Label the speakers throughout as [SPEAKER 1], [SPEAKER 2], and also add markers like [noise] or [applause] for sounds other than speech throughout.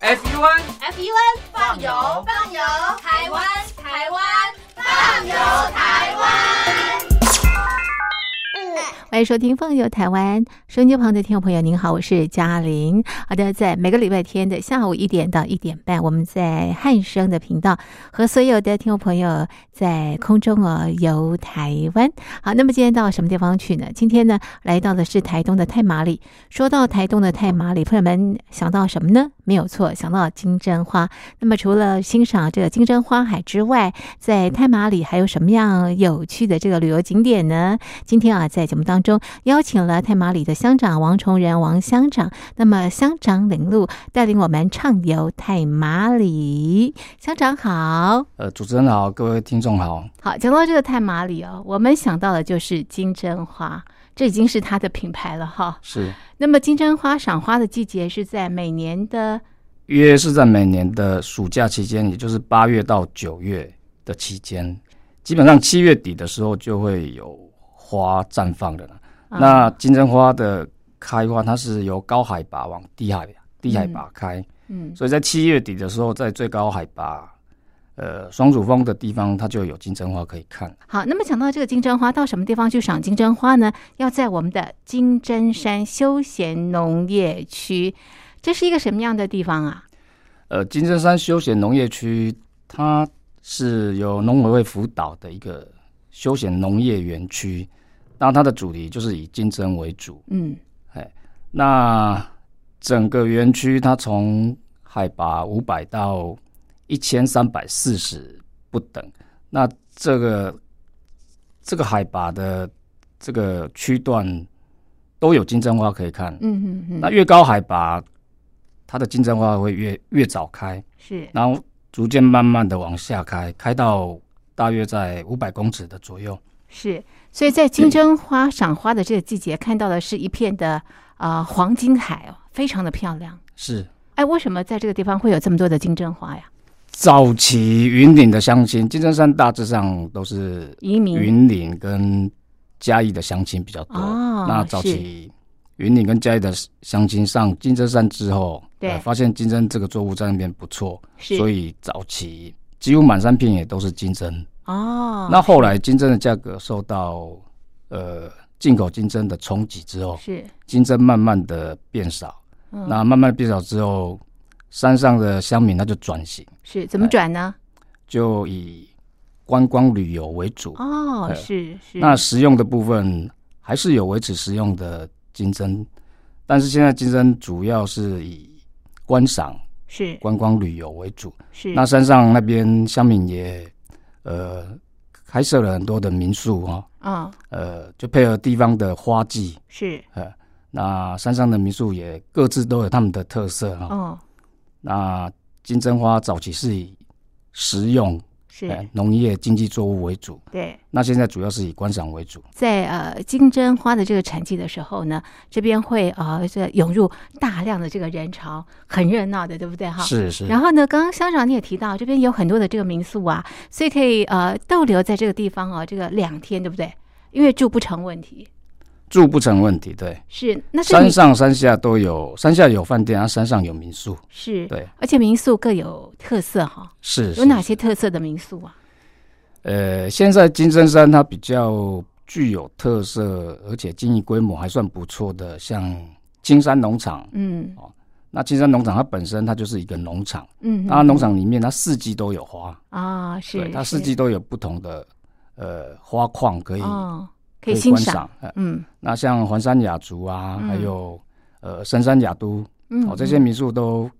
[SPEAKER 1] F U N
[SPEAKER 2] F U N
[SPEAKER 3] 放油
[SPEAKER 2] 放油，台湾台湾放油台湾。
[SPEAKER 4] 欢迎收听《放游台湾》，收音机旁的听众朋友，您好，我是嘉玲。好的，在每个礼拜天的下午一点到一点半，我们在汉声的频道和所有的听众朋友在空中哦游台湾。好，那么今天到什么地方去呢？今天呢，来到的是台东的太麻里。说到台东的太麻里，朋友们想到什么呢？没有错，想到金针花。那么除了欣赏这个金针花海之外，在太麻里还有什么样有趣的这个旅游景点呢？今天啊，在节目当中邀请了太麻里的乡长王崇仁王乡长，那么乡长领路，带领我们畅游太麻里。乡长好，
[SPEAKER 5] 呃，主持人好，各位听众好。
[SPEAKER 4] 好，讲到这个太麻里哦，我们想到的就是金针花，这已经是它的品牌了哈。
[SPEAKER 5] 是，
[SPEAKER 4] 那么金针花赏花的季节是在每年的
[SPEAKER 5] 约是在每年的暑假期间，也就是八月到九月的期间，基本上七月底的时候就会有花绽放的了。
[SPEAKER 4] 啊
[SPEAKER 5] 那金针花的开花，它是由高海拔往低海低海拔开，
[SPEAKER 4] 嗯
[SPEAKER 5] 所以在七月底的时候，在最高海拔，呃，双主峰的地方，它就有金针花可以看。
[SPEAKER 4] 好，那么讲到这个金针花，到什么地方去赏金针花呢？要在我们的金针山休闲农业区，这是一个什么样的地方啊？
[SPEAKER 5] 呃，金针山休闲农业区，它是由农委会辅导的一个休闲农业园区，那它的主题就是以金针为主。
[SPEAKER 4] 嗯
[SPEAKER 5] 那整个园区它从海拔五百到一千三百四十不等，那这个这个海拔的这个区段都有金针花可以看。
[SPEAKER 4] 嗯嗯
[SPEAKER 5] 那
[SPEAKER 4] 嗯，
[SPEAKER 5] 越高海拔，它的金针花会越越早开。
[SPEAKER 4] 是
[SPEAKER 5] 然后逐渐慢慢的往下开，开到大约在五百公尺的左右。
[SPEAKER 4] 是，所以在金针花赏花的这个季节，看到的是一片的啊、呃黄金海哦，非常的漂亮。
[SPEAKER 5] 是
[SPEAKER 4] 哎，为什么在这个地方会有这么多的金针花呀？
[SPEAKER 5] 早期云林的乡亲，金针山大致上都是
[SPEAKER 4] 移民
[SPEAKER 5] 云林跟嘉义的乡亲比较多。
[SPEAKER 4] 哦
[SPEAKER 5] 那早期云林跟嘉义的乡亲上金针山之后，
[SPEAKER 4] 对
[SPEAKER 5] 呃发现金针这个作物在那边不错，
[SPEAKER 4] 是
[SPEAKER 5] 所以早期几乎满山遍野都是金针。
[SPEAKER 4] 哦，
[SPEAKER 5] 那后来金针的价格受到呃进口金针的冲击之后，
[SPEAKER 4] 是
[SPEAKER 5] 金针慢慢的变少，
[SPEAKER 4] 嗯
[SPEAKER 5] 那慢慢变少之后，山上的乡民他就转型，
[SPEAKER 4] 是怎么转呢？
[SPEAKER 5] 就以观光旅游为主。
[SPEAKER 4] 哦，
[SPEAKER 5] 哎
[SPEAKER 4] 是是，
[SPEAKER 5] 那食用的部分还是有维持食用的金针，但是现在金针主要是以观赏、
[SPEAKER 4] 是
[SPEAKER 5] 观光旅游为主。
[SPEAKER 4] 是
[SPEAKER 5] 那山上那边乡民也呃开设了很多的民宿啊、哦，
[SPEAKER 4] 嗯
[SPEAKER 5] 呃，就配合地方的花季。
[SPEAKER 4] 是
[SPEAKER 5] 那山上的民宿也各自都有他们的特色啊、哦
[SPEAKER 4] 哦
[SPEAKER 5] 那金针花早期是以食用、
[SPEAKER 4] 是
[SPEAKER 5] 哎农业经济作物为主，
[SPEAKER 4] 对。
[SPEAKER 5] 那现在主要是以观赏为主。
[SPEAKER 4] 在呃金针花的这个产季的时候呢，这边会呃这涌入大量的这个人潮，很热闹的，对不对哈？。
[SPEAKER 5] 是是
[SPEAKER 4] 然后呢，刚刚乡长你也提到，这边有很多的这个民宿啊，所以可以呃逗留在这个地方哦，这个两天，对不对？因为住不成问题。
[SPEAKER 5] 住不成问题，对。
[SPEAKER 4] 是，那这
[SPEAKER 5] 山
[SPEAKER 4] 里
[SPEAKER 5] 上山下都有，山下有饭店，啊，山上有民宿，
[SPEAKER 4] 是，
[SPEAKER 5] 对，
[SPEAKER 4] 而且民宿各有特色哈、
[SPEAKER 5] 是。
[SPEAKER 4] 有哪
[SPEAKER 5] 是？
[SPEAKER 4] 些特色的民宿啊？
[SPEAKER 5] 呃，现在金针山它比较具有特色，而且经营规模还算不错的，像金山农场。
[SPEAKER 4] 嗯
[SPEAKER 5] 那金山农场它本身它就是一个农场，
[SPEAKER 4] 嗯，
[SPEAKER 5] 那啊农场里面它四季都有花，
[SPEAKER 4] 啊是
[SPEAKER 5] 对，，它
[SPEAKER 4] 是
[SPEAKER 5] 四季都有不同的呃花况可以
[SPEAKER 4] 哦，可
[SPEAKER 5] 可
[SPEAKER 4] 以
[SPEAKER 5] 以
[SPEAKER 4] 欣
[SPEAKER 5] 观
[SPEAKER 4] 赏，。
[SPEAKER 5] 呃
[SPEAKER 4] 嗯
[SPEAKER 5] 那像环山雅竹啊，
[SPEAKER 4] 嗯
[SPEAKER 5] 还有呃深山雅都，
[SPEAKER 4] 嗯，
[SPEAKER 5] 哦，这些民宿都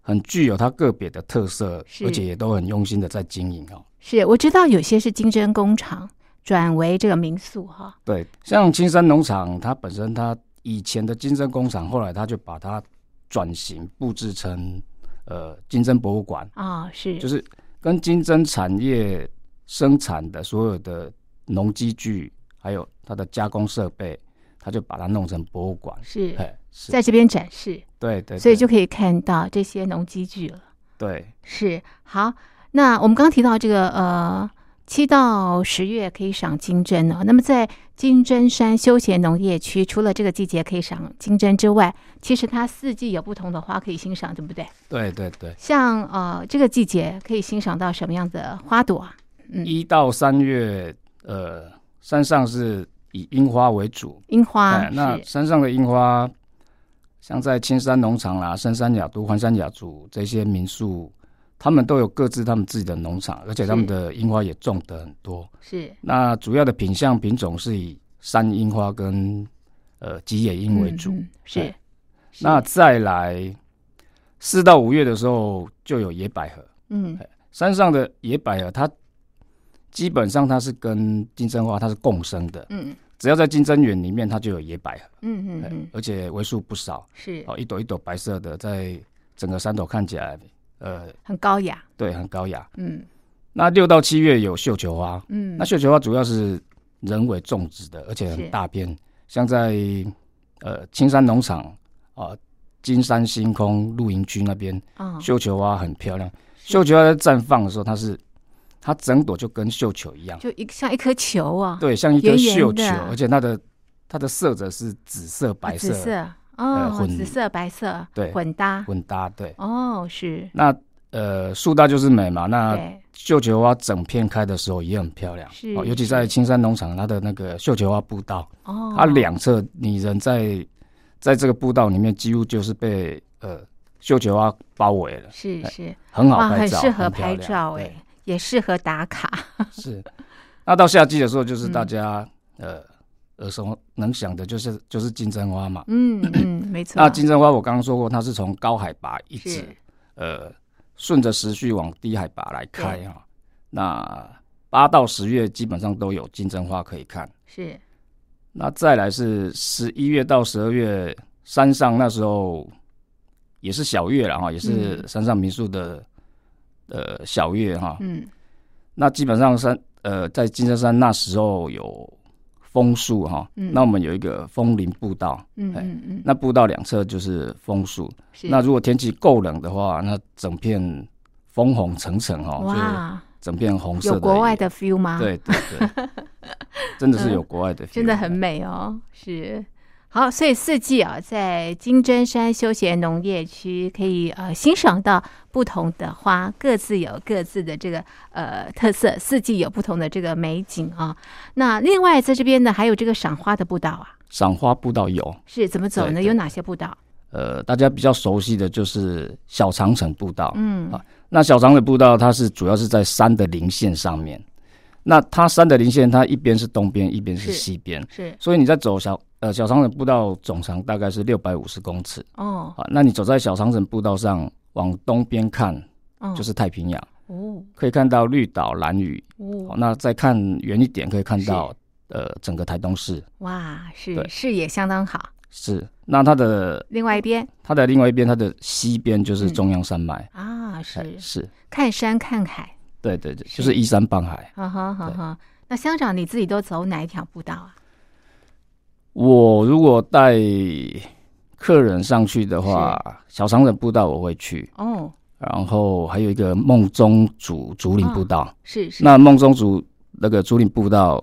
[SPEAKER 5] 很具有它个别的特色，
[SPEAKER 4] 是
[SPEAKER 5] 而且也都很用心的在经营哦。
[SPEAKER 4] 是我知道有些是金针工厂转为这个民宿哈，
[SPEAKER 5] 对，像青山农场，它本身它以前的金针工厂，后来它就把它转型布置成呃金针博物馆，
[SPEAKER 4] 啊、是
[SPEAKER 5] 就是跟金针产业生产的所有的农机具，还有它的加工设备，它就把它弄成博物馆。
[SPEAKER 4] 是
[SPEAKER 5] 哎，是，
[SPEAKER 4] 在这边展示，
[SPEAKER 5] 对对，
[SPEAKER 4] 所以
[SPEAKER 5] 对
[SPEAKER 4] 就可以看到这些农机具了。
[SPEAKER 5] 对
[SPEAKER 4] 是好，那我们刚提到这个呃七到十月可以赏金针哦。那么在金针山休闲农业区，除了这个季节可以赏金针之外，其实它四季有不同的花可以欣赏，对不对？
[SPEAKER 5] 对对对，
[SPEAKER 4] 像呃这个季节可以欣赏到什么样的花朵啊？
[SPEAKER 5] 一到三月，呃，山上是以樱花为主，
[SPEAKER 4] 樱花
[SPEAKER 5] 哎，那
[SPEAKER 4] 啊是
[SPEAKER 5] 山上的樱花，像在青山农场啦、深山雅都、环山雅竹这些民宿，他们都有各自他们自己的农场，而且他们的樱花也种得很多。
[SPEAKER 4] 是
[SPEAKER 5] 那主要的品相品种是以山樱花跟呃吉野樱为主。
[SPEAKER 4] 嗯嗯嗯是
[SPEAKER 5] 哎。那再来四到五月的时候，就有野百合。
[SPEAKER 4] 嗯
[SPEAKER 5] 山上的野百合，它基本上它是跟金针花它是共生的，
[SPEAKER 4] 嗯
[SPEAKER 5] 只要在金针园里面，它就有野百合。
[SPEAKER 4] 嗯嗯
[SPEAKER 5] 哎
[SPEAKER 4] 嗯，
[SPEAKER 5] 而且为数不少
[SPEAKER 4] 是
[SPEAKER 5] 哦，一朵一朵白色的，在整个山头看起来，呃，
[SPEAKER 4] 很高雅。
[SPEAKER 5] 对，很高雅。
[SPEAKER 4] 嗯
[SPEAKER 5] 那六到七月有绣球花，
[SPEAKER 4] 嗯
[SPEAKER 5] 那绣球花主要是人为种植的，而且
[SPEAKER 4] 是
[SPEAKER 5] 很大片，像在呃青山农场啊、金山星空露营区那边，
[SPEAKER 4] 啊
[SPEAKER 5] 绣球花很漂亮。绣球花在绽放的时候，它是它整朵就跟绣球一样，
[SPEAKER 4] 就一像一颗球啊，
[SPEAKER 5] 对，像一颗
[SPEAKER 4] 圆圆
[SPEAKER 5] 绣球
[SPEAKER 4] 的，
[SPEAKER 5] 而且它的它的色泽是紫色、白色
[SPEAKER 4] 紫色
[SPEAKER 5] 呃
[SPEAKER 4] 哦，
[SPEAKER 5] 混
[SPEAKER 4] 紫色白色
[SPEAKER 5] 对
[SPEAKER 4] 混搭
[SPEAKER 5] 混搭，对。
[SPEAKER 4] 哦，是
[SPEAKER 5] 那呃，树大就是美嘛。那
[SPEAKER 4] 对
[SPEAKER 5] 绣球花整片开的时候也很漂亮，哦
[SPEAKER 4] 是
[SPEAKER 5] 尤其
[SPEAKER 4] 是
[SPEAKER 5] 在青山农场，它的那个绣球花步道，
[SPEAKER 4] 哦，
[SPEAKER 5] 它两侧你人在在这个步道里面，几乎就是被呃绣球花包围了，
[SPEAKER 4] 是是
[SPEAKER 5] 哎很好
[SPEAKER 4] 哇，
[SPEAKER 5] 拍
[SPEAKER 4] 很
[SPEAKER 5] 照，
[SPEAKER 4] 适合
[SPEAKER 5] 漂
[SPEAKER 4] 拍
[SPEAKER 5] 亮
[SPEAKER 4] 照哎，也适合打卡，
[SPEAKER 5] 对 [laughs] 是。那到夏季的时候，就是大
[SPEAKER 4] 嗯
[SPEAKER 5] 家、呃耳熟能详的，就是就是金针花嘛。
[SPEAKER 4] 嗯嗯，
[SPEAKER 5] [laughs]
[SPEAKER 4] 没错，
[SPEAKER 5] 那金针花我刚刚说过，它是从高海拔一直
[SPEAKER 4] 是
[SPEAKER 5] 呃顺着时序往低海拔来开哈、那八到十月基本上都有金针花可以看。
[SPEAKER 4] 是
[SPEAKER 5] 那再来是十一月到十二月，山上那时候也是小月了哈，也是
[SPEAKER 4] 嗯
[SPEAKER 5] 山上民宿的、呃小月哈。
[SPEAKER 4] 嗯
[SPEAKER 5] 那基本上山呃在金针山那时候有枫树哈，
[SPEAKER 4] 嗯
[SPEAKER 5] 那我们有一个枫林步道，
[SPEAKER 4] 嗯
[SPEAKER 5] 哎
[SPEAKER 4] 嗯嗯，
[SPEAKER 5] 那步道两侧就是枫树，
[SPEAKER 4] 是
[SPEAKER 5] 那如果天气够冷的话，那整片枫红层层哈，就是
[SPEAKER 4] 哇，
[SPEAKER 5] 整片红色的。
[SPEAKER 4] 有国外，的 feel 吗？
[SPEAKER 5] 对对
[SPEAKER 4] [laughs]
[SPEAKER 5] 对，真的是有国外的
[SPEAKER 4] 嗯
[SPEAKER 5] feel，
[SPEAKER 4] 真的很美哦，是。好，所以四季啊，在金针山休闲农业区可以呃欣赏到不同的花，各自有各自的这个呃特色，四季有不同的这个美景啊。那另外在这边呢，还有这个赏花的步道啊，
[SPEAKER 5] 赏花步道有。
[SPEAKER 4] 是怎么走呢？
[SPEAKER 5] 对对
[SPEAKER 4] 有哪些步道？
[SPEAKER 5] 呃，大家比较熟悉的就是小长城步道。
[SPEAKER 4] 嗯
[SPEAKER 5] 好那小长城步道，它是主要是在山的零线上面。那它山的零线，它一边是东边，一边是
[SPEAKER 4] 是
[SPEAKER 5] 西边，
[SPEAKER 4] 是
[SPEAKER 5] 所以你在走小呃小长城步道，总长大概是六百五十公尺。
[SPEAKER 4] 哦，
[SPEAKER 5] 好，那你走在小长城步道上，往东边看
[SPEAKER 4] 哦
[SPEAKER 5] 就是太平洋。
[SPEAKER 4] 哦
[SPEAKER 5] 可以看到绿岛、蓝屿，哦
[SPEAKER 4] 哦，
[SPEAKER 5] 那再看远一点，可以看到呃整个台东市
[SPEAKER 4] 哇，是
[SPEAKER 5] 对
[SPEAKER 4] 视野相当好。
[SPEAKER 5] 是。那它的
[SPEAKER 4] 另外一边
[SPEAKER 5] 它的另外一边，它的西边就是中央山脉，
[SPEAKER 4] 啊
[SPEAKER 5] 哎
[SPEAKER 4] 是
[SPEAKER 5] 嗯是，
[SPEAKER 4] 看山看海，
[SPEAKER 5] 对对对，
[SPEAKER 4] 是
[SPEAKER 5] 就是依山傍海。
[SPEAKER 4] 哈哈哈
[SPEAKER 5] 对
[SPEAKER 4] 哈。那乡长你自己都走哪一条步道啊？
[SPEAKER 5] 我如果带客人上去的话，小长城步道我会去，
[SPEAKER 4] 哦，
[SPEAKER 5] 然后还有一个梦中竹竹林步道，
[SPEAKER 4] 是是，
[SPEAKER 5] 那梦中竹那个竹林步道。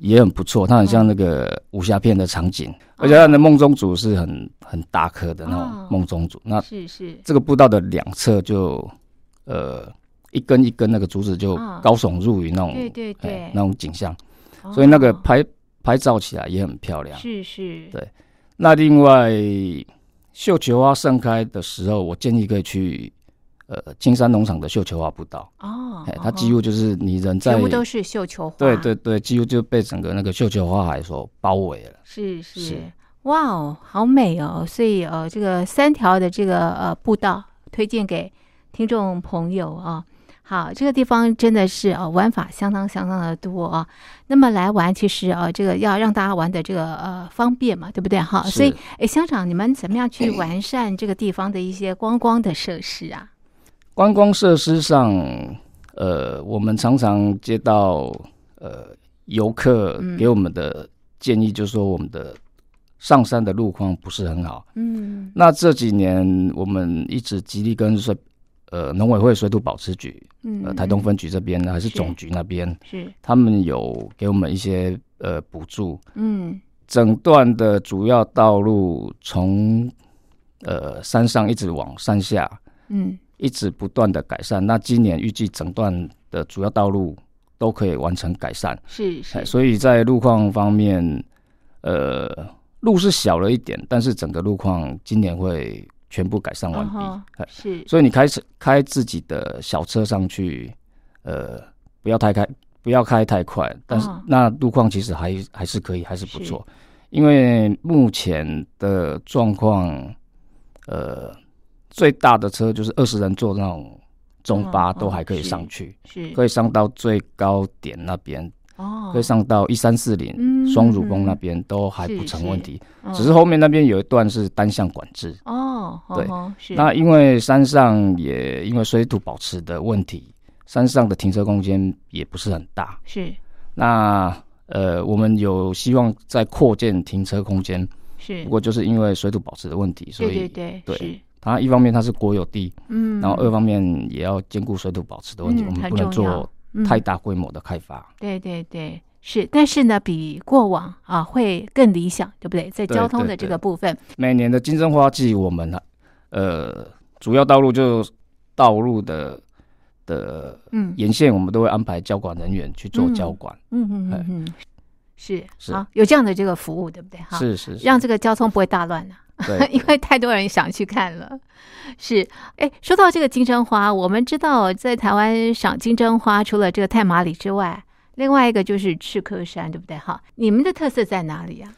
[SPEAKER 5] 也很不错，它很像那
[SPEAKER 4] 嗯
[SPEAKER 5] 个武侠片的场景，而且它的梦中竹是很很大颗的那
[SPEAKER 4] 哦
[SPEAKER 5] 种梦中竹。那
[SPEAKER 4] 是是
[SPEAKER 5] 这个步道的两侧就呃一根一根那个竹子就
[SPEAKER 4] 嗯
[SPEAKER 5] 高耸入云那种，
[SPEAKER 4] 对对
[SPEAKER 5] 哎
[SPEAKER 4] 对
[SPEAKER 5] 那种景象，所以那个
[SPEAKER 4] 哦
[SPEAKER 5] 拍拍照起来也很漂亮。
[SPEAKER 4] 是是
[SPEAKER 5] 对那另外，绣球花盛开的时候，我建议可以去呃青山农场的绣球花步道，
[SPEAKER 4] 哦
[SPEAKER 5] 哎，，
[SPEAKER 4] 哦
[SPEAKER 5] 它几乎就是你人在
[SPEAKER 4] 全部都是绣球花，
[SPEAKER 5] 对对对，几乎就被整个那个绣球花海所包围了。
[SPEAKER 4] 是是
[SPEAKER 5] 是，
[SPEAKER 4] 哇哦，好美哦！所以呃，这个三条的这个呃步道推荐给听众朋友啊。好，这个地方真的是呃玩法相当相当的多啊。那么来玩，其实呃这个要让大家玩的这个呃方便嘛，对不对哈？
[SPEAKER 5] 是哎
[SPEAKER 4] 所以哎，乡长，你们怎么样去完善这个地方的一些观光的设施啊？
[SPEAKER 5] 观光设施上，呃，我们常常接到呃游客
[SPEAKER 4] 嗯
[SPEAKER 5] 给我们的建议，就是说我们的上山的路况不是很好。
[SPEAKER 4] 嗯，
[SPEAKER 5] 那这几年我们一直极力跟水呃农委会水土保持局
[SPEAKER 4] 嗯
[SPEAKER 5] 呃台东分局这边还是
[SPEAKER 4] 是
[SPEAKER 5] 总局那边，
[SPEAKER 4] 是，
[SPEAKER 5] 他们有给我们一些呃补助，
[SPEAKER 4] 嗯
[SPEAKER 5] 整段的主要道路从呃山上一直往山下，
[SPEAKER 4] 嗯
[SPEAKER 5] 一直不断的改善。那今年预计整段的主要道路都可以完成改善，
[SPEAKER 4] 是是
[SPEAKER 5] 哎，所以在路况方面，呃，路是小了一点，但是整个路况今年会全部改善完
[SPEAKER 4] 嗯
[SPEAKER 5] 毕。
[SPEAKER 4] 哼
[SPEAKER 5] 哎
[SPEAKER 4] 是
[SPEAKER 5] 所以你开车开自己的小车上去，呃，不要太开，不要开太快，但是
[SPEAKER 4] 哦
[SPEAKER 5] 那路况其实还还是可以，还是不
[SPEAKER 4] 是
[SPEAKER 5] 错。因为目前的状况，呃，最大的车就是二十人座那种中巴
[SPEAKER 4] 哦哦
[SPEAKER 5] 都还可以
[SPEAKER 4] 是
[SPEAKER 5] 上去，
[SPEAKER 4] 是
[SPEAKER 5] 可以上到最高点那边，
[SPEAKER 4] 哦
[SPEAKER 5] 可以上到一三四
[SPEAKER 4] 嗯
[SPEAKER 5] 零双乳峰那
[SPEAKER 4] 嗯
[SPEAKER 5] 边都还不
[SPEAKER 4] 是
[SPEAKER 5] 成
[SPEAKER 4] 是
[SPEAKER 5] 问题。
[SPEAKER 4] 嗯
[SPEAKER 5] 只是后面那边有一段是单向管制，
[SPEAKER 4] 哦
[SPEAKER 5] 对
[SPEAKER 4] 哦是
[SPEAKER 5] 那因为山上也因为水土保持的问题，山上的停车空间也不是很大。
[SPEAKER 4] 是
[SPEAKER 5] 那呃，我们有希望再扩建停车空间，
[SPEAKER 4] 是
[SPEAKER 5] 不过就是因为水土保持的问题，所
[SPEAKER 4] 对对
[SPEAKER 5] 以
[SPEAKER 4] 对
[SPEAKER 5] 对
[SPEAKER 4] 是
[SPEAKER 5] 它一方面它是国有地，
[SPEAKER 4] 嗯，
[SPEAKER 5] 然后二方面也要兼顾水土保持的问题，
[SPEAKER 4] 嗯
[SPEAKER 5] 我们
[SPEAKER 4] 很
[SPEAKER 5] 不能
[SPEAKER 4] 重要
[SPEAKER 5] 做
[SPEAKER 4] 嗯
[SPEAKER 5] 太大规模的开发。
[SPEAKER 4] 对对对，是，但是呢，比过往啊会更理想，对不对？在
[SPEAKER 5] 对
[SPEAKER 4] 交通
[SPEAKER 5] 对
[SPEAKER 4] 的这
[SPEAKER 5] 对
[SPEAKER 4] 个部分，
[SPEAKER 5] 每年的金针花季，我们呃主要道路就道路的的
[SPEAKER 4] 嗯
[SPEAKER 5] 沿线，我们都会安排交管人员去做
[SPEAKER 4] 嗯
[SPEAKER 5] 交管。
[SPEAKER 4] 嗯嗯
[SPEAKER 5] 哎
[SPEAKER 4] 嗯嗯，是
[SPEAKER 5] 是
[SPEAKER 4] 啊，有这样的这个服务，对不对？哈，
[SPEAKER 5] 是是是，
[SPEAKER 4] 让这个交通不会大乱呢、 [laughs]
[SPEAKER 5] 对
[SPEAKER 4] 因为太多人想去看了。是，哎，说到这个金针花，我们知道在台湾赏金针花，除了这个太麻里之外，另外一个就是赤科山，对不对？哈，你们的特色在哪里呀、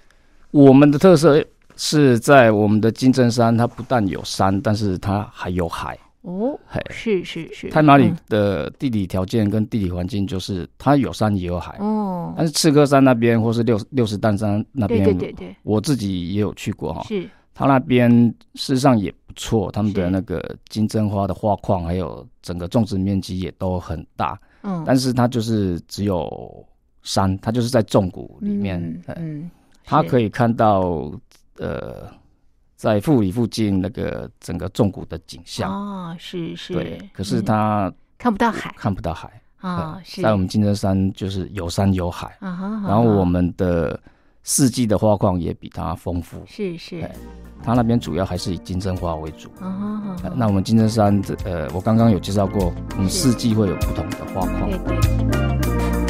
[SPEAKER 5] 我们的特色是在我们的金针山，它不但有山，但是它还有海。
[SPEAKER 4] 哦，
[SPEAKER 5] 嘿，
[SPEAKER 4] 是是是，
[SPEAKER 5] 太马里
[SPEAKER 4] 嗯
[SPEAKER 5] 的地理条件跟地理环境就是它有山也有海，
[SPEAKER 4] 哦，
[SPEAKER 5] 但是赤科山那边或是六六十担山那
[SPEAKER 4] 对
[SPEAKER 5] 边，哦
[SPEAKER 4] 对对对，
[SPEAKER 5] 我自己也有去过哈，
[SPEAKER 4] 是
[SPEAKER 5] 它那边事实上也不错，他们的
[SPEAKER 4] 是
[SPEAKER 5] 那个金针花的花况还有整个种植面积也都很大，
[SPEAKER 4] 嗯，
[SPEAKER 5] 但是它就是只有山，它就是在纵谷里面，
[SPEAKER 4] 嗯
[SPEAKER 5] 嘿
[SPEAKER 4] 嗯，
[SPEAKER 5] 他
[SPEAKER 4] 是
[SPEAKER 5] 可以看到呃，在富里附近那个整个纵谷的景象。
[SPEAKER 4] 哦，是是，
[SPEAKER 5] 对，可是
[SPEAKER 4] 嗯
[SPEAKER 5] 他
[SPEAKER 4] 看不到海
[SPEAKER 5] 看不到海。
[SPEAKER 4] 啊，
[SPEAKER 5] 对
[SPEAKER 4] 是
[SPEAKER 5] 在我们金针山就是有山有海，
[SPEAKER 4] 啊哈，啊
[SPEAKER 5] 然后
[SPEAKER 4] 哈
[SPEAKER 5] 我们的四季的花况也比它丰富。
[SPEAKER 4] 是是
[SPEAKER 5] 哎它那边主要还是以金针花为主。
[SPEAKER 4] 啊哈，啊
[SPEAKER 5] 呃
[SPEAKER 4] 哈
[SPEAKER 5] 那我们金针山这呃，我刚刚有介绍过，我们
[SPEAKER 4] 是
[SPEAKER 5] 四季会有不同的花况
[SPEAKER 4] 对。对。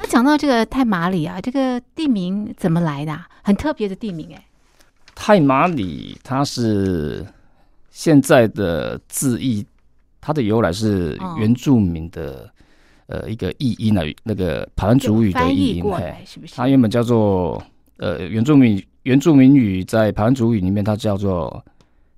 [SPEAKER 4] 那讲到这个泰马里啊，这个地名怎么来的啊、很特别的地名哎。
[SPEAKER 5] 泰马里它是现在的字义，它的由来是
[SPEAKER 4] 哦
[SPEAKER 5] 原住民的、呃一个译音啊，那个排湾族语的
[SPEAKER 4] 翻
[SPEAKER 5] 译
[SPEAKER 4] 译
[SPEAKER 5] 音，
[SPEAKER 4] 过
[SPEAKER 5] 嘿
[SPEAKER 4] 来是不是？
[SPEAKER 5] 它原本叫做呃原住民原住民语在排湾族语里面它叫做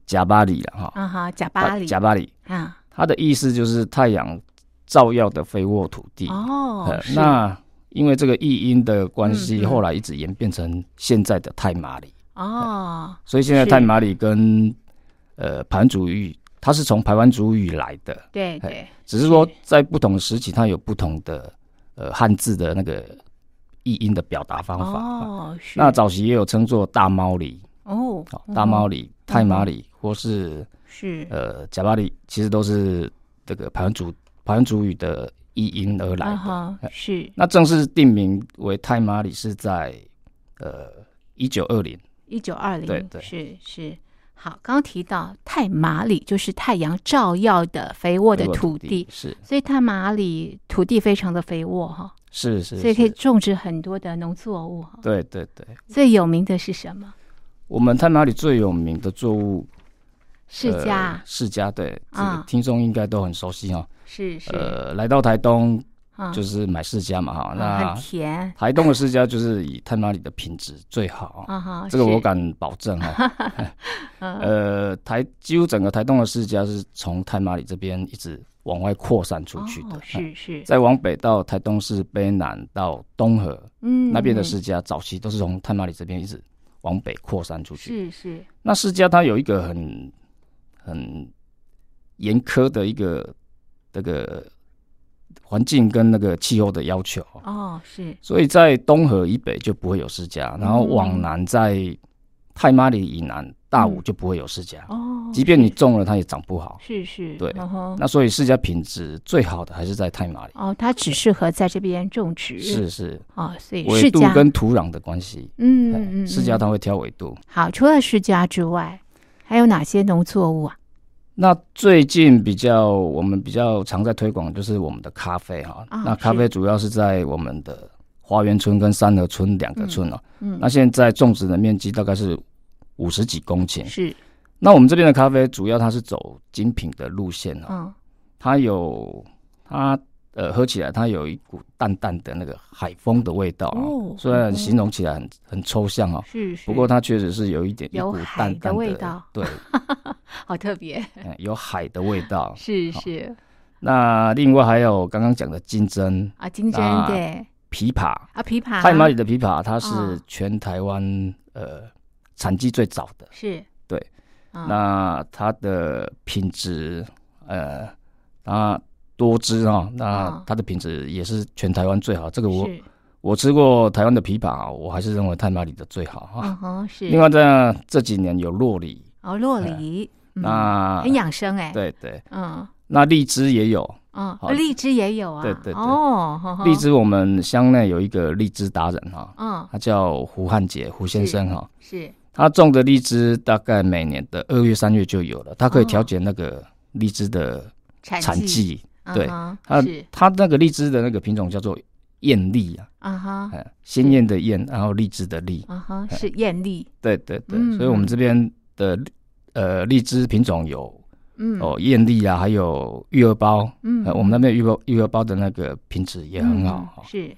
[SPEAKER 5] 贾巴里了哈，
[SPEAKER 4] 啊哈，贾巴里
[SPEAKER 5] 贾巴里，
[SPEAKER 4] 啊，
[SPEAKER 5] 它的意思就是太阳照耀的肥沃土地。
[SPEAKER 4] 哦
[SPEAKER 5] 呃，
[SPEAKER 4] 是
[SPEAKER 5] 那因为这个译音的关系，
[SPEAKER 4] 嗯嗯
[SPEAKER 5] 后来一直演变成现在的泰马里。
[SPEAKER 4] 哦，
[SPEAKER 5] 所以现在
[SPEAKER 4] 是
[SPEAKER 5] 泰马里跟呃排湾族语，它是从排湾族语来的，
[SPEAKER 4] 对对，
[SPEAKER 5] 只是说
[SPEAKER 4] 是
[SPEAKER 5] 在不同的时期，它有不同的呃汉字的那个译音的表达方法。
[SPEAKER 4] 哦是
[SPEAKER 5] 那早期也有称作大猫里、
[SPEAKER 4] 哦
[SPEAKER 5] 哦大猫
[SPEAKER 4] 里
[SPEAKER 5] 里、泰马里，或是
[SPEAKER 4] 是
[SPEAKER 5] 呃贾巴里，其实都是这个排湾族排湾族语的译音而来
[SPEAKER 4] 啊
[SPEAKER 5] 的。
[SPEAKER 4] 哈是
[SPEAKER 5] 那正式定名为泰马里是在呃一九二零，
[SPEAKER 4] 一九二
[SPEAKER 5] 对
[SPEAKER 4] 零，
[SPEAKER 5] 对
[SPEAKER 4] 是是。好，刚刚提到泰马里就是太阳照耀的肥沃
[SPEAKER 5] 我
[SPEAKER 4] 的土地，
[SPEAKER 5] 是
[SPEAKER 4] 所以泰马里土地非常的肥沃哈，
[SPEAKER 5] 是是，
[SPEAKER 4] 所以可以
[SPEAKER 5] 是
[SPEAKER 4] 种植很多的农作物哈。
[SPEAKER 5] 对对对。
[SPEAKER 4] 最有名的是什么？
[SPEAKER 5] 我们太马里最有名的作物
[SPEAKER 4] 世家
[SPEAKER 5] 呃世家对，这
[SPEAKER 4] 啊
[SPEAKER 5] 个听众应该都很熟悉哈。
[SPEAKER 4] 是是，
[SPEAKER 5] 呃，来到台东
[SPEAKER 4] 啊
[SPEAKER 5] 就是买世家嘛哈，
[SPEAKER 4] 啊
[SPEAKER 5] 那
[SPEAKER 4] 很甜
[SPEAKER 5] [laughs] 台东的世家就是以太妈里的品质最好啊
[SPEAKER 4] 啊哈，
[SPEAKER 5] 这个我
[SPEAKER 4] 是
[SPEAKER 5] 敢保证哈。 [laughs]
[SPEAKER 4] 嗯
[SPEAKER 5] 呃，台几乎整个台东的世家是从太麻里这边一直往外扩散出去的，嗯
[SPEAKER 4] 哦是是，
[SPEAKER 5] [laughs] 再往北到台东市卑南到东河、
[SPEAKER 4] 嗯
[SPEAKER 5] 那边的
[SPEAKER 4] 嗯
[SPEAKER 5] 世家，早期都是从太麻里这边一直往北扩散出去。
[SPEAKER 4] 嗯是是
[SPEAKER 5] 那世家它有一个很很严苛的一个这个环境跟那个气候的要求，
[SPEAKER 4] 哦是
[SPEAKER 5] 所以在东河以北就不会有世家，然后
[SPEAKER 4] 嗯
[SPEAKER 5] 往南在太麻里以南大武
[SPEAKER 4] 嗯
[SPEAKER 5] 就不会有世家，
[SPEAKER 4] 哦，
[SPEAKER 5] 即便你种了它也长不好。
[SPEAKER 4] 是是
[SPEAKER 5] 对
[SPEAKER 4] 嗯哼
[SPEAKER 5] 那所以世家品质最好的还是在太麻里，
[SPEAKER 4] 哦，它只适合在这边种植
[SPEAKER 5] 是是
[SPEAKER 4] 哦，所以世
[SPEAKER 5] 纬度
[SPEAKER 4] 家
[SPEAKER 5] 跟土壤的关系。
[SPEAKER 4] 嗯
[SPEAKER 5] 哎
[SPEAKER 4] 嗯嗯
[SPEAKER 5] 世家
[SPEAKER 4] 嗯
[SPEAKER 5] 它会挑纬度。
[SPEAKER 4] 好，除了世家之外，还有哪些农作物啊？
[SPEAKER 5] 那最近比较我们比较常在推广就是我们的咖啡哈、
[SPEAKER 4] 啊
[SPEAKER 5] 那咖
[SPEAKER 4] 是
[SPEAKER 5] 啡主要是在我们的花园村跟三河村两个
[SPEAKER 4] 嗯
[SPEAKER 5] 村哦、
[SPEAKER 4] 嗯，
[SPEAKER 5] 那现在种植的面积大概是五十几公顷，
[SPEAKER 4] 是
[SPEAKER 5] 那我们这边的咖啡主要它是走精品的路线哦，
[SPEAKER 4] 嗯
[SPEAKER 5] 它有它呃喝起来它有一股淡淡的那个海风的味道、哦
[SPEAKER 4] 哦，
[SPEAKER 5] 虽然
[SPEAKER 4] 嗯
[SPEAKER 5] 形容起来很很抽象哦，
[SPEAKER 4] 是是，
[SPEAKER 5] 不过它确实是有一点一
[SPEAKER 4] 有
[SPEAKER 5] 股
[SPEAKER 4] 海
[SPEAKER 5] 淡
[SPEAKER 4] 的
[SPEAKER 5] 淡
[SPEAKER 4] 味道
[SPEAKER 5] 对， [laughs]
[SPEAKER 4] 好特别，
[SPEAKER 5] 嗯有海的味道。
[SPEAKER 4] 是
[SPEAKER 5] 哦好
[SPEAKER 4] 是
[SPEAKER 5] 那另外还有刚刚讲的金针、
[SPEAKER 4] 啊，金针
[SPEAKER 5] 那
[SPEAKER 4] 对
[SPEAKER 5] 枇杷，
[SPEAKER 4] 啊，枇杷
[SPEAKER 5] 太麻里的枇杷，它是
[SPEAKER 4] 哦
[SPEAKER 5] 全台湾呃产季最早的，
[SPEAKER 4] 是，
[SPEAKER 5] 对
[SPEAKER 4] 嗯，
[SPEAKER 5] 那它的品质，呃，它多汁啊、哦，
[SPEAKER 4] 嗯
[SPEAKER 5] 那它的品质也是全台湾最好。这个我
[SPEAKER 4] 是
[SPEAKER 5] 我吃过台湾的枇杷啊，我还是认为太麻里的最好啊。
[SPEAKER 4] 嗯哼是，
[SPEAKER 5] 另外在这几年有洛梨，
[SPEAKER 4] 哦洛梨，嗯
[SPEAKER 5] 那
[SPEAKER 4] 很养生哎，
[SPEAKER 5] 对对，
[SPEAKER 4] 嗯
[SPEAKER 5] 那荔枝也有，
[SPEAKER 4] 嗯，
[SPEAKER 5] 好
[SPEAKER 4] 荔枝也有啊，
[SPEAKER 5] 对对对
[SPEAKER 4] 哦，呵呵
[SPEAKER 5] 荔，枝我们乡内有一个荔枝达人哈、
[SPEAKER 4] 嗯
[SPEAKER 5] 他叫胡汉杰胡先生哈、
[SPEAKER 4] 是
[SPEAKER 5] 他种的荔枝大概每年的二月三月就有了，他可以
[SPEAKER 4] 哦
[SPEAKER 5] 调节那个荔枝的
[SPEAKER 4] 产
[SPEAKER 5] 产
[SPEAKER 4] 季，
[SPEAKER 5] 季，
[SPEAKER 4] 嗯
[SPEAKER 5] 对
[SPEAKER 4] 哼
[SPEAKER 5] 它
[SPEAKER 4] 是
[SPEAKER 5] 它那个荔枝的那个品种叫做艳丽啊，
[SPEAKER 4] 啊哈
[SPEAKER 5] 哎鲜艳的艳，然后荔枝的荔，
[SPEAKER 4] 啊哈是艳丽，
[SPEAKER 5] 对对对，
[SPEAKER 4] 嗯
[SPEAKER 5] 所以我们这边的呃荔枝品种有
[SPEAKER 4] 嗯
[SPEAKER 5] 哦艳丽啊，还有玉荷包，
[SPEAKER 4] 嗯
[SPEAKER 5] 呃，我们那边玉荷玉荷包的那个品质也很
[SPEAKER 4] 嗯
[SPEAKER 5] 好。哦
[SPEAKER 4] 是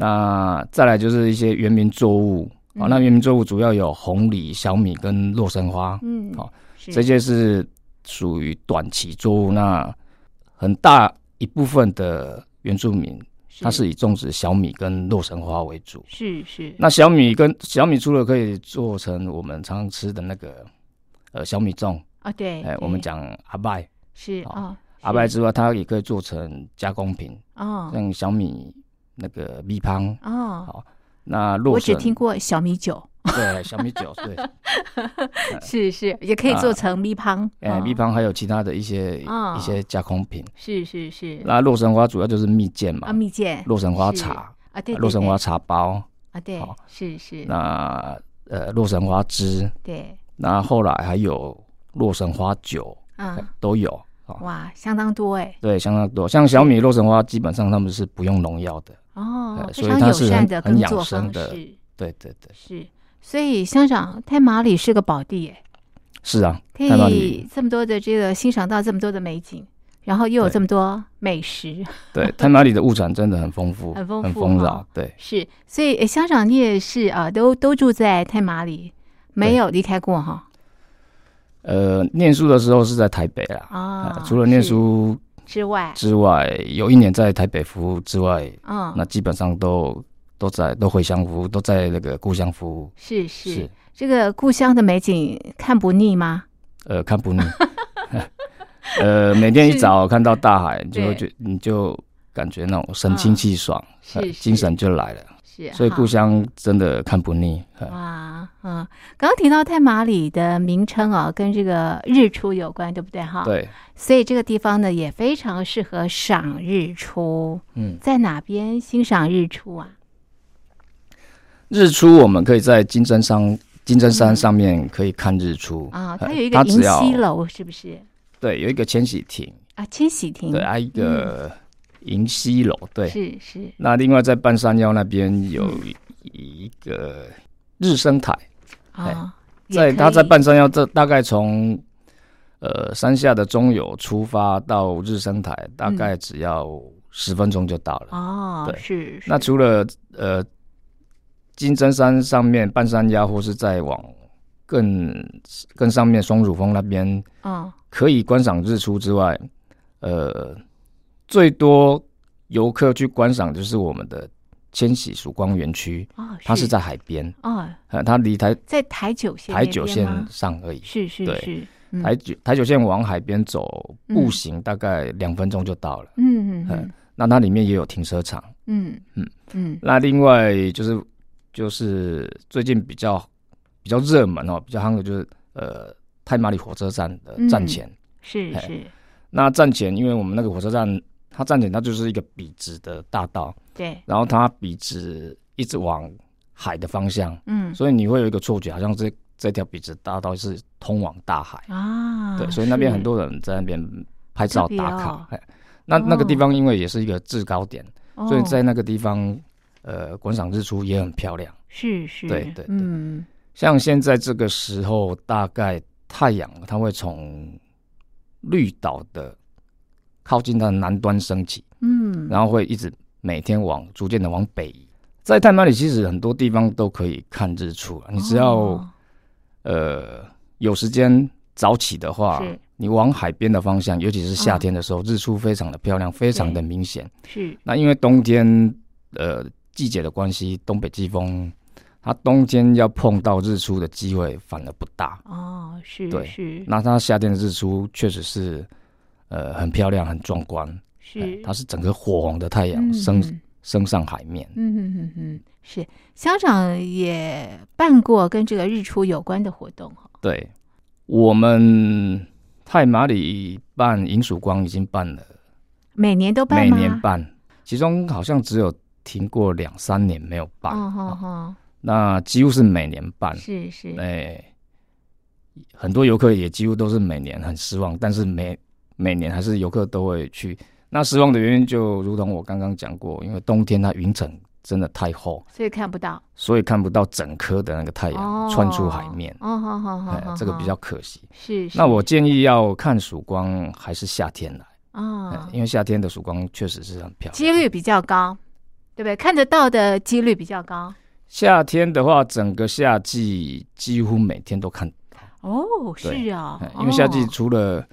[SPEAKER 5] 那再来就是一些原民作物，哦，
[SPEAKER 4] 嗯
[SPEAKER 5] 那原民作物主要有红李、小米跟洛神花，
[SPEAKER 4] 嗯
[SPEAKER 5] 好
[SPEAKER 4] 是
[SPEAKER 5] 这些是属于短期作物，那很大一部分的原住民它是以种植小米跟洛神花为主。
[SPEAKER 4] 是是
[SPEAKER 5] 那小米跟小米除了可以做成我们常常吃的那个呃小米粽，
[SPEAKER 4] 啊对，
[SPEAKER 5] 哎、
[SPEAKER 4] 对
[SPEAKER 5] 我们讲阿拜
[SPEAKER 4] 是
[SPEAKER 5] 哦
[SPEAKER 4] 啊
[SPEAKER 5] 阿拜之外，它也可以做成加工品，
[SPEAKER 4] 哦
[SPEAKER 5] 像小米那个米汤，
[SPEAKER 4] 哦，
[SPEAKER 5] 好，那洛
[SPEAKER 4] 我只
[SPEAKER 5] 神
[SPEAKER 4] 听过小米酒，
[SPEAKER 5] 对小米酒，
[SPEAKER 4] [laughs]
[SPEAKER 5] 对，
[SPEAKER 4] 是是也可以做成米汤，
[SPEAKER 5] 哎、
[SPEAKER 4] 嗯
[SPEAKER 5] 米汤还有其他的一些、
[SPEAKER 4] 哦
[SPEAKER 5] 一些加工品。
[SPEAKER 4] 是是是
[SPEAKER 5] 那洛神花主要就是蜜饯嘛
[SPEAKER 4] 啊，蜜饯
[SPEAKER 5] 洛神花
[SPEAKER 4] 是
[SPEAKER 5] 茶、
[SPEAKER 4] 啊对，对
[SPEAKER 5] 洛神
[SPEAKER 4] 对
[SPEAKER 5] 花茶包，
[SPEAKER 4] 啊对
[SPEAKER 5] 好
[SPEAKER 4] 是是
[SPEAKER 5] 那呃洛神花汁，
[SPEAKER 4] 对
[SPEAKER 5] 那后来还有洛神花酒，
[SPEAKER 4] 啊
[SPEAKER 5] 都有啊、哦
[SPEAKER 4] 哇相当多哎
[SPEAKER 5] 对，相当多。像小米洛神花，基本上他们是不用农药的。
[SPEAKER 4] 哦
[SPEAKER 5] 呃
[SPEAKER 4] 非
[SPEAKER 5] 所以
[SPEAKER 4] 常
[SPEAKER 5] 它
[SPEAKER 4] 友
[SPEAKER 5] 是
[SPEAKER 4] 善
[SPEAKER 5] 很
[SPEAKER 4] 的
[SPEAKER 5] 很
[SPEAKER 4] 耕
[SPEAKER 5] 养
[SPEAKER 4] 作
[SPEAKER 5] 生
[SPEAKER 4] 方
[SPEAKER 5] 的
[SPEAKER 4] 式
[SPEAKER 5] 对对对，
[SPEAKER 4] 是所以乡长太马里是个宝地哎。
[SPEAKER 5] 是啊，
[SPEAKER 4] 可
[SPEAKER 5] 太棒
[SPEAKER 4] 以
[SPEAKER 5] 里，
[SPEAKER 4] 这么多的这个欣赏到这么多的美景，然后又有
[SPEAKER 5] 对
[SPEAKER 4] 这么多美食， [laughs]
[SPEAKER 5] 对，太麻里的物产真的很丰富，
[SPEAKER 4] 很丰富
[SPEAKER 5] 很丰饶
[SPEAKER 4] 哈。
[SPEAKER 5] 对，
[SPEAKER 4] 是，所以诶乡长你也是啊，都都住在太马里，没
[SPEAKER 5] 对
[SPEAKER 4] 有离开过哈
[SPEAKER 5] 呃，念书的时候是在台北啦，
[SPEAKER 4] 啊
[SPEAKER 5] 呃，除了念
[SPEAKER 4] 是
[SPEAKER 5] 书
[SPEAKER 4] 之外，
[SPEAKER 5] 之外，有一年在台北服务之外，
[SPEAKER 4] 嗯，
[SPEAKER 5] 那基本上都都在都回乡服务，都在那个故乡服务，
[SPEAKER 4] 是是
[SPEAKER 5] 是
[SPEAKER 4] 这个故乡的美景看不腻吗？
[SPEAKER 5] 呃看
[SPEAKER 4] [laughs]
[SPEAKER 5] 不腻。 [laughs] 呃，每天一
[SPEAKER 4] 是
[SPEAKER 5] 早看到大海，你就会
[SPEAKER 4] 对
[SPEAKER 5] 觉你就感觉那种神清气爽，
[SPEAKER 4] 是
[SPEAKER 5] 呃
[SPEAKER 4] 是
[SPEAKER 5] 精神就来了。
[SPEAKER 4] 是，
[SPEAKER 5] 所以故
[SPEAKER 4] 好
[SPEAKER 5] 乡真的看不腻。呃
[SPEAKER 4] 哇，嗯，刚刚提到太马里的名称哦，跟这个日出有关，对不对哈？，
[SPEAKER 5] 对，
[SPEAKER 4] 所以这个地方呢也非常适合赏日出，
[SPEAKER 5] 嗯，
[SPEAKER 4] 在哪边欣赏日出啊？
[SPEAKER 5] 日出我们可以在金针山金针
[SPEAKER 4] 嗯
[SPEAKER 5] 山上面可以看日出
[SPEAKER 4] 啊，
[SPEAKER 5] 呃
[SPEAKER 4] 它有一个
[SPEAKER 5] 它
[SPEAKER 4] 银
[SPEAKER 5] 只要
[SPEAKER 4] 溪楼，是不是？
[SPEAKER 5] 对，有一个千禧亭，
[SPEAKER 4] 啊，千禧亭，
[SPEAKER 5] 对，还有一
[SPEAKER 4] 嗯
[SPEAKER 5] 个银溪楼，对，
[SPEAKER 4] 是是
[SPEAKER 5] 那另外在半山腰那边有
[SPEAKER 4] 嗯
[SPEAKER 5] 一个日升台，
[SPEAKER 4] 啊，也
[SPEAKER 5] 哎在
[SPEAKER 4] 可
[SPEAKER 5] 它在
[SPEAKER 4] 以
[SPEAKER 5] 半山腰这大概从呃山下的中友出发到日升台，大概只要十分钟就到了。
[SPEAKER 4] 哦，
[SPEAKER 5] 对
[SPEAKER 4] 是是
[SPEAKER 5] 那除了呃金针山上面半山腰，或是再往更更上面松乳峰那边
[SPEAKER 4] 嗯
[SPEAKER 5] 可以观赏日出之外，呃，最多游客去观赏就是我们的千禧曙光园区，
[SPEAKER 4] 哦，
[SPEAKER 5] 它是在海边，
[SPEAKER 4] 哦，
[SPEAKER 5] 呃，它离台
[SPEAKER 4] 在台九线
[SPEAKER 5] 台
[SPEAKER 4] 那
[SPEAKER 5] 九
[SPEAKER 4] 边
[SPEAKER 5] 线
[SPEAKER 4] 吗
[SPEAKER 5] 上而已。
[SPEAKER 4] 是是
[SPEAKER 5] 对
[SPEAKER 4] 是，嗯
[SPEAKER 5] 台九台九线往海边走，
[SPEAKER 4] 嗯
[SPEAKER 5] 步行大概两分钟就到了。
[SPEAKER 4] 嗯嗯嗯
[SPEAKER 5] 嗯那它里面也有停车场。
[SPEAKER 4] 嗯嗯
[SPEAKER 5] 嗯
[SPEAKER 4] 嗯
[SPEAKER 5] 那另外就是就是最近比较比较热门哦，比较夯的就是呃太马里火车站的
[SPEAKER 4] 嗯
[SPEAKER 5] 站前。
[SPEAKER 4] 是
[SPEAKER 5] 嘿
[SPEAKER 4] 是，
[SPEAKER 5] 那站前，因为我们那个火车站，它站前它就是一个笔直的大道，
[SPEAKER 4] 对，
[SPEAKER 5] 然后它笔直一直往海的方向，
[SPEAKER 4] 嗯
[SPEAKER 5] 所以你会有一个错觉，好像这这条笔直大道是通往大海。
[SPEAKER 4] 啊，
[SPEAKER 5] 对，所以那边
[SPEAKER 4] 是
[SPEAKER 5] 很多人在那边拍照
[SPEAKER 4] 特别
[SPEAKER 5] 打卡。
[SPEAKER 4] 哦
[SPEAKER 5] 嘿那那个地
[SPEAKER 4] 哦
[SPEAKER 5] 方因为也是一个制高点，所以
[SPEAKER 4] 哦
[SPEAKER 5] 在那个地方，呃，观赏日出也很漂亮。
[SPEAKER 4] 是是，
[SPEAKER 5] 对对对
[SPEAKER 4] 嗯
[SPEAKER 5] 像现在这个时候，大概太阳它会从绿岛的靠近它的南端升起，
[SPEAKER 4] 嗯，
[SPEAKER 5] 然后会一直每天往逐渐的往北移。在太马里，其实很多地方都可以看日出啊，你只要、
[SPEAKER 4] 哦
[SPEAKER 5] 呃有时间早起的话
[SPEAKER 4] 是，嗯
[SPEAKER 5] 你往海边的方向，尤其是夏天的时候，日出非常的漂亮，非常的明显。
[SPEAKER 4] 是
[SPEAKER 5] 那因为冬天呃季节的关系，东北季风，它冬天要碰到日出的机会反而不大。
[SPEAKER 4] 哦是
[SPEAKER 5] 对
[SPEAKER 4] 是
[SPEAKER 5] 那它夏天的日出确实是呃很漂亮，很壮观，
[SPEAKER 4] 是，
[SPEAKER 5] 它是整个火红的太阳
[SPEAKER 4] 嗯
[SPEAKER 5] 升
[SPEAKER 4] 嗯
[SPEAKER 5] 升上海面。
[SPEAKER 4] 嗯嗯嗯嗯，是乡长也办过跟这个日出有关的活动哦
[SPEAKER 5] 对，我们太马里办银曙光已经办了。
[SPEAKER 4] 每年都办
[SPEAKER 5] 每
[SPEAKER 4] 吗？
[SPEAKER 5] 年办，其中好像只有停过两三年没有办，
[SPEAKER 4] 哦吼吼，
[SPEAKER 5] 那几乎是每年办。
[SPEAKER 4] 是是，
[SPEAKER 5] 哎、很多游客也几乎都是每年很失望，但是每每年还是游客都会去。那失望的原因就如同我刚刚讲过，因为冬天它云层真的太厚，
[SPEAKER 4] 所以看不到
[SPEAKER 5] 所以看不到整颗的那个太
[SPEAKER 4] 哦
[SPEAKER 5] 阳哎穿出海面，
[SPEAKER 4] 哦好好好
[SPEAKER 5] 哎、
[SPEAKER 4] 好，
[SPEAKER 5] 这个比
[SPEAKER 4] 好
[SPEAKER 5] 较可惜。
[SPEAKER 4] 是。是
[SPEAKER 5] 那我建议要看曙光还是夏天来，哎
[SPEAKER 4] 啊，
[SPEAKER 5] 因为夏天的曙光确实是很漂亮。
[SPEAKER 4] 几率比较高，对不对？看得到的几率比较高。
[SPEAKER 5] 夏天的话，整个夏季几乎每天都看，
[SPEAKER 4] 哦，
[SPEAKER 5] 对
[SPEAKER 4] 是啊
[SPEAKER 5] 哎，因为夏季
[SPEAKER 4] 哦
[SPEAKER 5] 除了、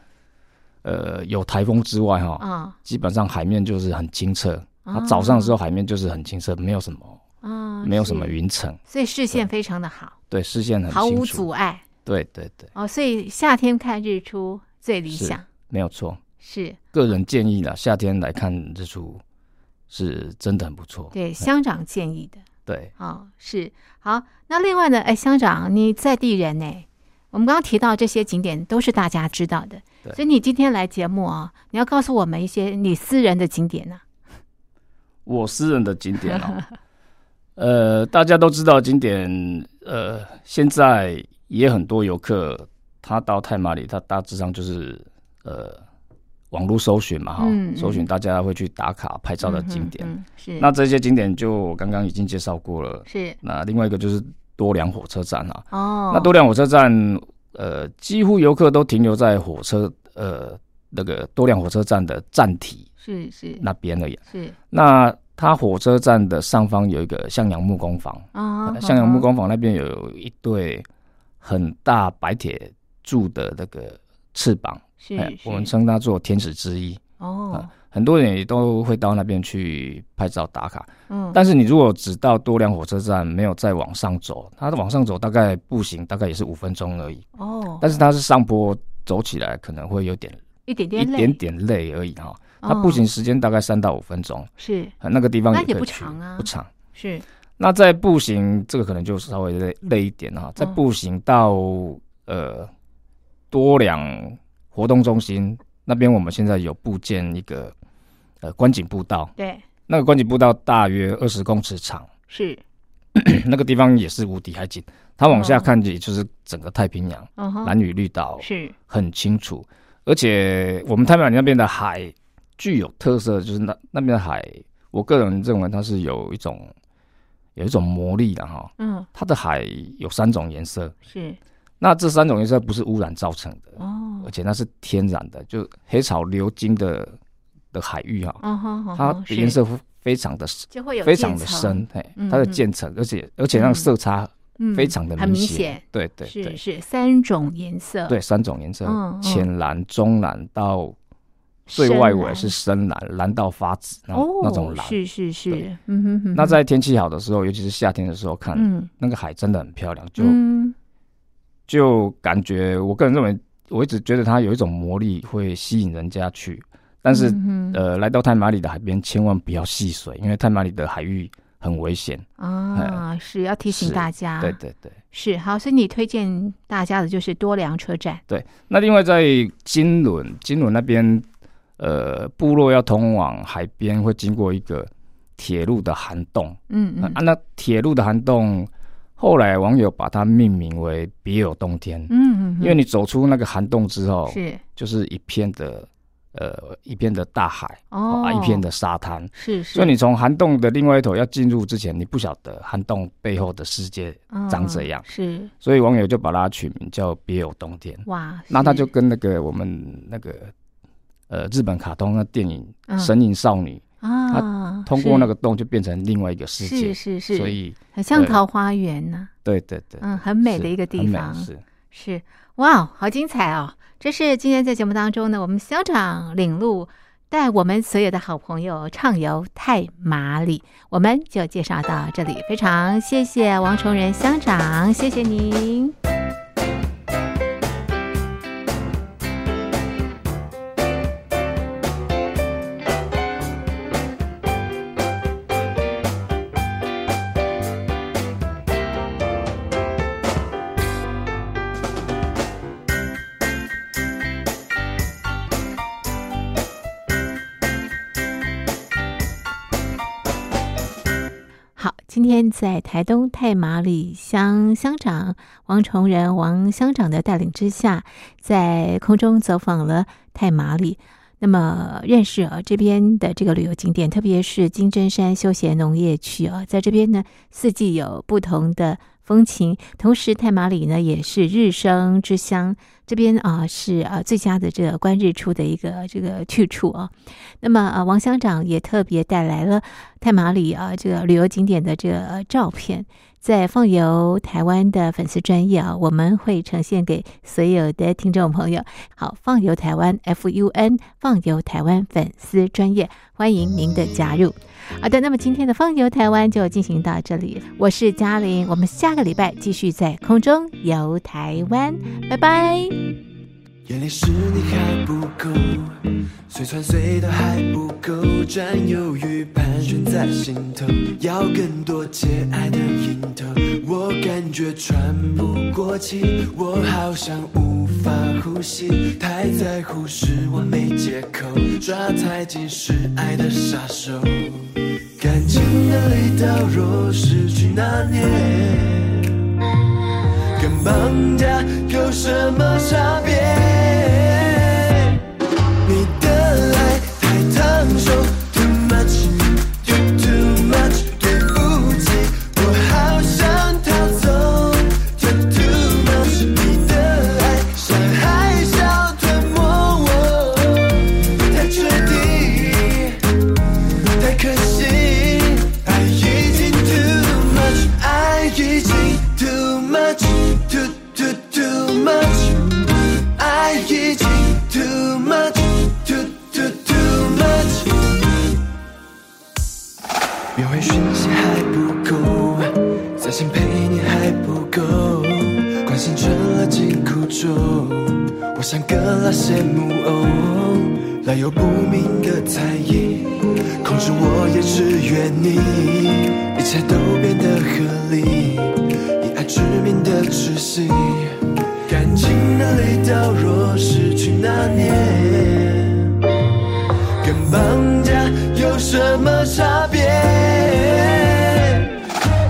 [SPEAKER 5] 呃有台风之外，哈、
[SPEAKER 4] 啊，
[SPEAKER 5] 基本上海面就是很清澈。它
[SPEAKER 4] 啊
[SPEAKER 5] 早上的时候海面就是很清澈，没有什么，
[SPEAKER 4] 啊，
[SPEAKER 5] 没有什么
[SPEAKER 4] 是，
[SPEAKER 5] 云层，
[SPEAKER 4] 所以视线非常的好，
[SPEAKER 5] 对，视线很
[SPEAKER 4] 毫
[SPEAKER 5] 清
[SPEAKER 4] 无
[SPEAKER 5] 楚。
[SPEAKER 4] 阻碍。
[SPEAKER 5] 对对对，
[SPEAKER 4] 哦，所以夏天看日出最理
[SPEAKER 5] 是
[SPEAKER 4] 想，
[SPEAKER 5] 没有错。
[SPEAKER 4] 是
[SPEAKER 5] 个人建议啦，夏天来看日出是真的很不错。
[SPEAKER 4] 对乡长建议的。
[SPEAKER 5] 对，
[SPEAKER 4] 哦，是好。那另外呢，哎，乡长，你在地人呢？我们刚刚提到这些景点都是大家知道的，
[SPEAKER 5] 对
[SPEAKER 4] 所以你今天来节目啊、你要告诉我们一些你私人的景点呢、
[SPEAKER 5] 我私人的景点哦， [laughs] 呃，大家都知道景点，呃，现在也很多游客他到太马里，他大致上就是呃网络搜寻嘛哈，
[SPEAKER 4] 嗯嗯
[SPEAKER 5] 搜寻大家会去打卡拍照的景点。
[SPEAKER 4] 嗯哼嗯是
[SPEAKER 5] 那这些景点就我刚刚已经介绍过了。
[SPEAKER 4] 是
[SPEAKER 5] 那另外一个就是多良火车站啊，
[SPEAKER 4] 哦，
[SPEAKER 5] 那多良火车站，呃，几乎游客都停留在火车呃那个多良火车站的站体
[SPEAKER 4] 是是
[SPEAKER 5] 那边而已。啊
[SPEAKER 4] 是
[SPEAKER 5] 那它火车站的上方有一个向阳木工坊，
[SPEAKER 4] 啊，
[SPEAKER 5] 呃向阳木
[SPEAKER 4] 工
[SPEAKER 5] 工坊那边有一对很大白铁铸的那个翅膀，
[SPEAKER 4] 是
[SPEAKER 5] 哎
[SPEAKER 4] 是
[SPEAKER 5] 我们称它做天使之翼。
[SPEAKER 4] 哦
[SPEAKER 5] 啊，很多人也都会到那边去拍照打卡，
[SPEAKER 4] 嗯，
[SPEAKER 5] 但是你如果只到多良火车站，没有再往上走，它往上走大概步行大概也是五分钟而已，
[SPEAKER 4] 哦，
[SPEAKER 5] 但是它是上坡，走起来可能会有点
[SPEAKER 4] 一点
[SPEAKER 5] 一
[SPEAKER 4] 点累
[SPEAKER 5] 点点累而已哈、它
[SPEAKER 4] 哦
[SPEAKER 5] 步行时间大概三到五分钟，
[SPEAKER 4] 是
[SPEAKER 5] 呃那个地方
[SPEAKER 4] 那
[SPEAKER 5] 也可以
[SPEAKER 4] 也不
[SPEAKER 5] 去
[SPEAKER 4] 长啊
[SPEAKER 5] 不长。
[SPEAKER 4] 是
[SPEAKER 5] 那在步行这个可能就稍微累累一点哈、在步行到、呃多良活动中心那边，我们现在有布建一个呃观景步道，
[SPEAKER 4] 对
[SPEAKER 5] 那个观景步道大约二十公尺长， [clears throat]
[SPEAKER 4] 是
[SPEAKER 5] 那个地方也是无敌海景，它往下
[SPEAKER 4] 哦
[SPEAKER 5] 看也就是整个太平洋、
[SPEAKER 4] 嗯哼
[SPEAKER 5] 蓝屿绿岛
[SPEAKER 4] 是
[SPEAKER 5] 很清楚，而且我们太平洋那边的海具有特色，就是那那边的海，我个人认为它是有一种有一种魔力的哈。
[SPEAKER 4] 嗯
[SPEAKER 5] 它的海有三种颜色，
[SPEAKER 4] 是
[SPEAKER 5] 那这三种颜色不是污染造成的，
[SPEAKER 4] 哦
[SPEAKER 5] 而且那是天然的，就黑潮流经的的海域哈、
[SPEAKER 4] 哦吼吼
[SPEAKER 5] 它
[SPEAKER 4] 吼
[SPEAKER 5] 的
[SPEAKER 4] 是
[SPEAKER 5] 颜色非常的
[SPEAKER 4] 就会有
[SPEAKER 5] 非常的
[SPEAKER 4] 渐层
[SPEAKER 5] 深，嘿
[SPEAKER 4] 嗯，
[SPEAKER 5] 它的
[SPEAKER 4] 嗯
[SPEAKER 5] 渐层，而且而且那个
[SPEAKER 4] 嗯
[SPEAKER 5] 色差
[SPEAKER 4] 嗯
[SPEAKER 5] 非常的
[SPEAKER 4] 很明
[SPEAKER 5] 显，
[SPEAKER 4] 显，
[SPEAKER 5] 对对
[SPEAKER 4] 是
[SPEAKER 5] 对
[SPEAKER 4] 是三种颜色，
[SPEAKER 5] 对，三种颜色
[SPEAKER 4] 嗯嗯，
[SPEAKER 5] 浅蓝、中蓝到
[SPEAKER 4] 深蓝，
[SPEAKER 5] 最外围是深蓝，蓝到发紫那
[SPEAKER 4] 哦
[SPEAKER 5] 那种蓝。
[SPEAKER 4] 是是是
[SPEAKER 5] 对，
[SPEAKER 4] 嗯哼哼，
[SPEAKER 5] 那在天气好的时候，尤其是夏天的时候，看
[SPEAKER 4] 嗯
[SPEAKER 5] 那个海真的很漂亮，就
[SPEAKER 4] 嗯
[SPEAKER 5] 就感觉我个人认为，我一直觉得它有一种魔力会吸引人家去。但是
[SPEAKER 4] 嗯哼
[SPEAKER 5] 呃，来到泰马里的海边，千万不要戏水，因为泰马里的海域很危险。
[SPEAKER 4] 啊，是要提醒
[SPEAKER 5] 呃是
[SPEAKER 4] 大家，
[SPEAKER 5] 对对对。
[SPEAKER 4] 是好，所以你推荐大家的就是多良车站，
[SPEAKER 5] 那另外在金轮，金轮那边，呃，部落要通往海边会经过一个铁路的涵洞、
[SPEAKER 4] 嗯
[SPEAKER 5] 啊
[SPEAKER 4] 嗯，
[SPEAKER 5] 那铁路的涵洞，后来网友把它命名为别有洞天，
[SPEAKER 4] 嗯嗯，
[SPEAKER 5] 因为你哦走出那个涵洞之后，
[SPEAKER 4] 是
[SPEAKER 5] 就是一片的呃一片的大海、
[SPEAKER 4] 哦
[SPEAKER 5] 啊，一片的沙滩。
[SPEAKER 4] 是是，
[SPEAKER 5] 所以你从涵洞的另外一头要进入之前，你不晓得涵洞背后的世界，长这
[SPEAKER 4] 嗯
[SPEAKER 5] 样
[SPEAKER 4] 是
[SPEAKER 5] 所以网友就把它取名叫别有洞天。
[SPEAKER 4] 哇，
[SPEAKER 5] 那
[SPEAKER 4] 是
[SPEAKER 5] 它就跟那个我们那个呃日本卡通那电影
[SPEAKER 4] 嗯
[SPEAKER 5] 《神隐少女》
[SPEAKER 4] 啊，
[SPEAKER 5] 通过那
[SPEAKER 4] 个
[SPEAKER 5] 个洞就变成另外一个世界
[SPEAKER 4] 是，是是，
[SPEAKER 5] 所以
[SPEAKER 4] 很像
[SPEAKER 5] 呃
[SPEAKER 4] 桃花源呢，
[SPEAKER 5] 对对对，
[SPEAKER 4] 嗯，很美
[SPEAKER 5] 是
[SPEAKER 4] 的一个地
[SPEAKER 5] 很美
[SPEAKER 4] 方，
[SPEAKER 5] 是
[SPEAKER 4] 是哇，好精彩哦！这是今天在节目当中呢，我们校长领路，带我们所有的好朋友畅游泰马里，我们就介绍到这里。非常谢谢王崇仁乡长，谢谢您。好，今天在台东太麻里乡乡长王崇仁王乡长的带领之下，在空中走访了太麻里。那么认识啊这边的这个旅游景点，特别是金针山休闲农业区啊，在这边呢，四季有不同的风情。同时，太麻里呢也是日升之乡，这边啊是啊最佳的这个观日出的一个这个去处啊。那么啊，王乡长也特别带来了泰马里啊这个旅游景点的这个照片，在放游台湾的粉丝专业啊，我们会呈现给所有的听众朋友。好，放游台湾 F U N 放游台湾粉丝专业，欢迎您的加入。好的，那么今天的放游台湾就进行到这里，我是嘉玲，我们下个礼拜继续在空中游台湾，拜拜。
[SPEAKER 1] 原来是你还不够，随传随到还不够，占有欲盘旋在心头，要更多解爱的瘾头。我感觉喘不过气，我好像无法呼吸，太在乎是我没借口，抓太紧是爱的杀手。感情的力道若失去拿捏。跟绑架有什么差别？你的爱太烫手，too much，you too much，对不起，我好想逃走，you're too much，你的爱像海啸吞没我，太彻底。太可惜，爱已经 too much，爱已经 too much，too too too much，爱已经 too much，too too too much。约会讯息还不够，在线陪你还不够，关心成了紧箍咒。我像个拉线木偶，哦来由不明的猜疑，控制我也只愿你，一切都变得合理，以爱致命的窒息，感情的力道若失去拿捏。跟绑架有什么差别？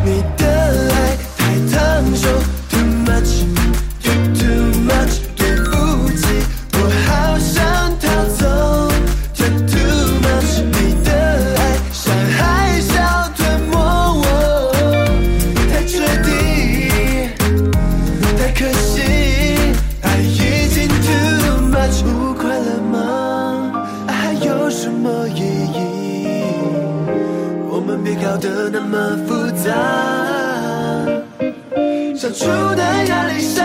[SPEAKER 1] 你的爱太烫手，too much，you too much，对不起，我好想逃走，you're too much，你的爱像海啸吞没我，太彻底。太可惜，爱已经 too 相处的压力山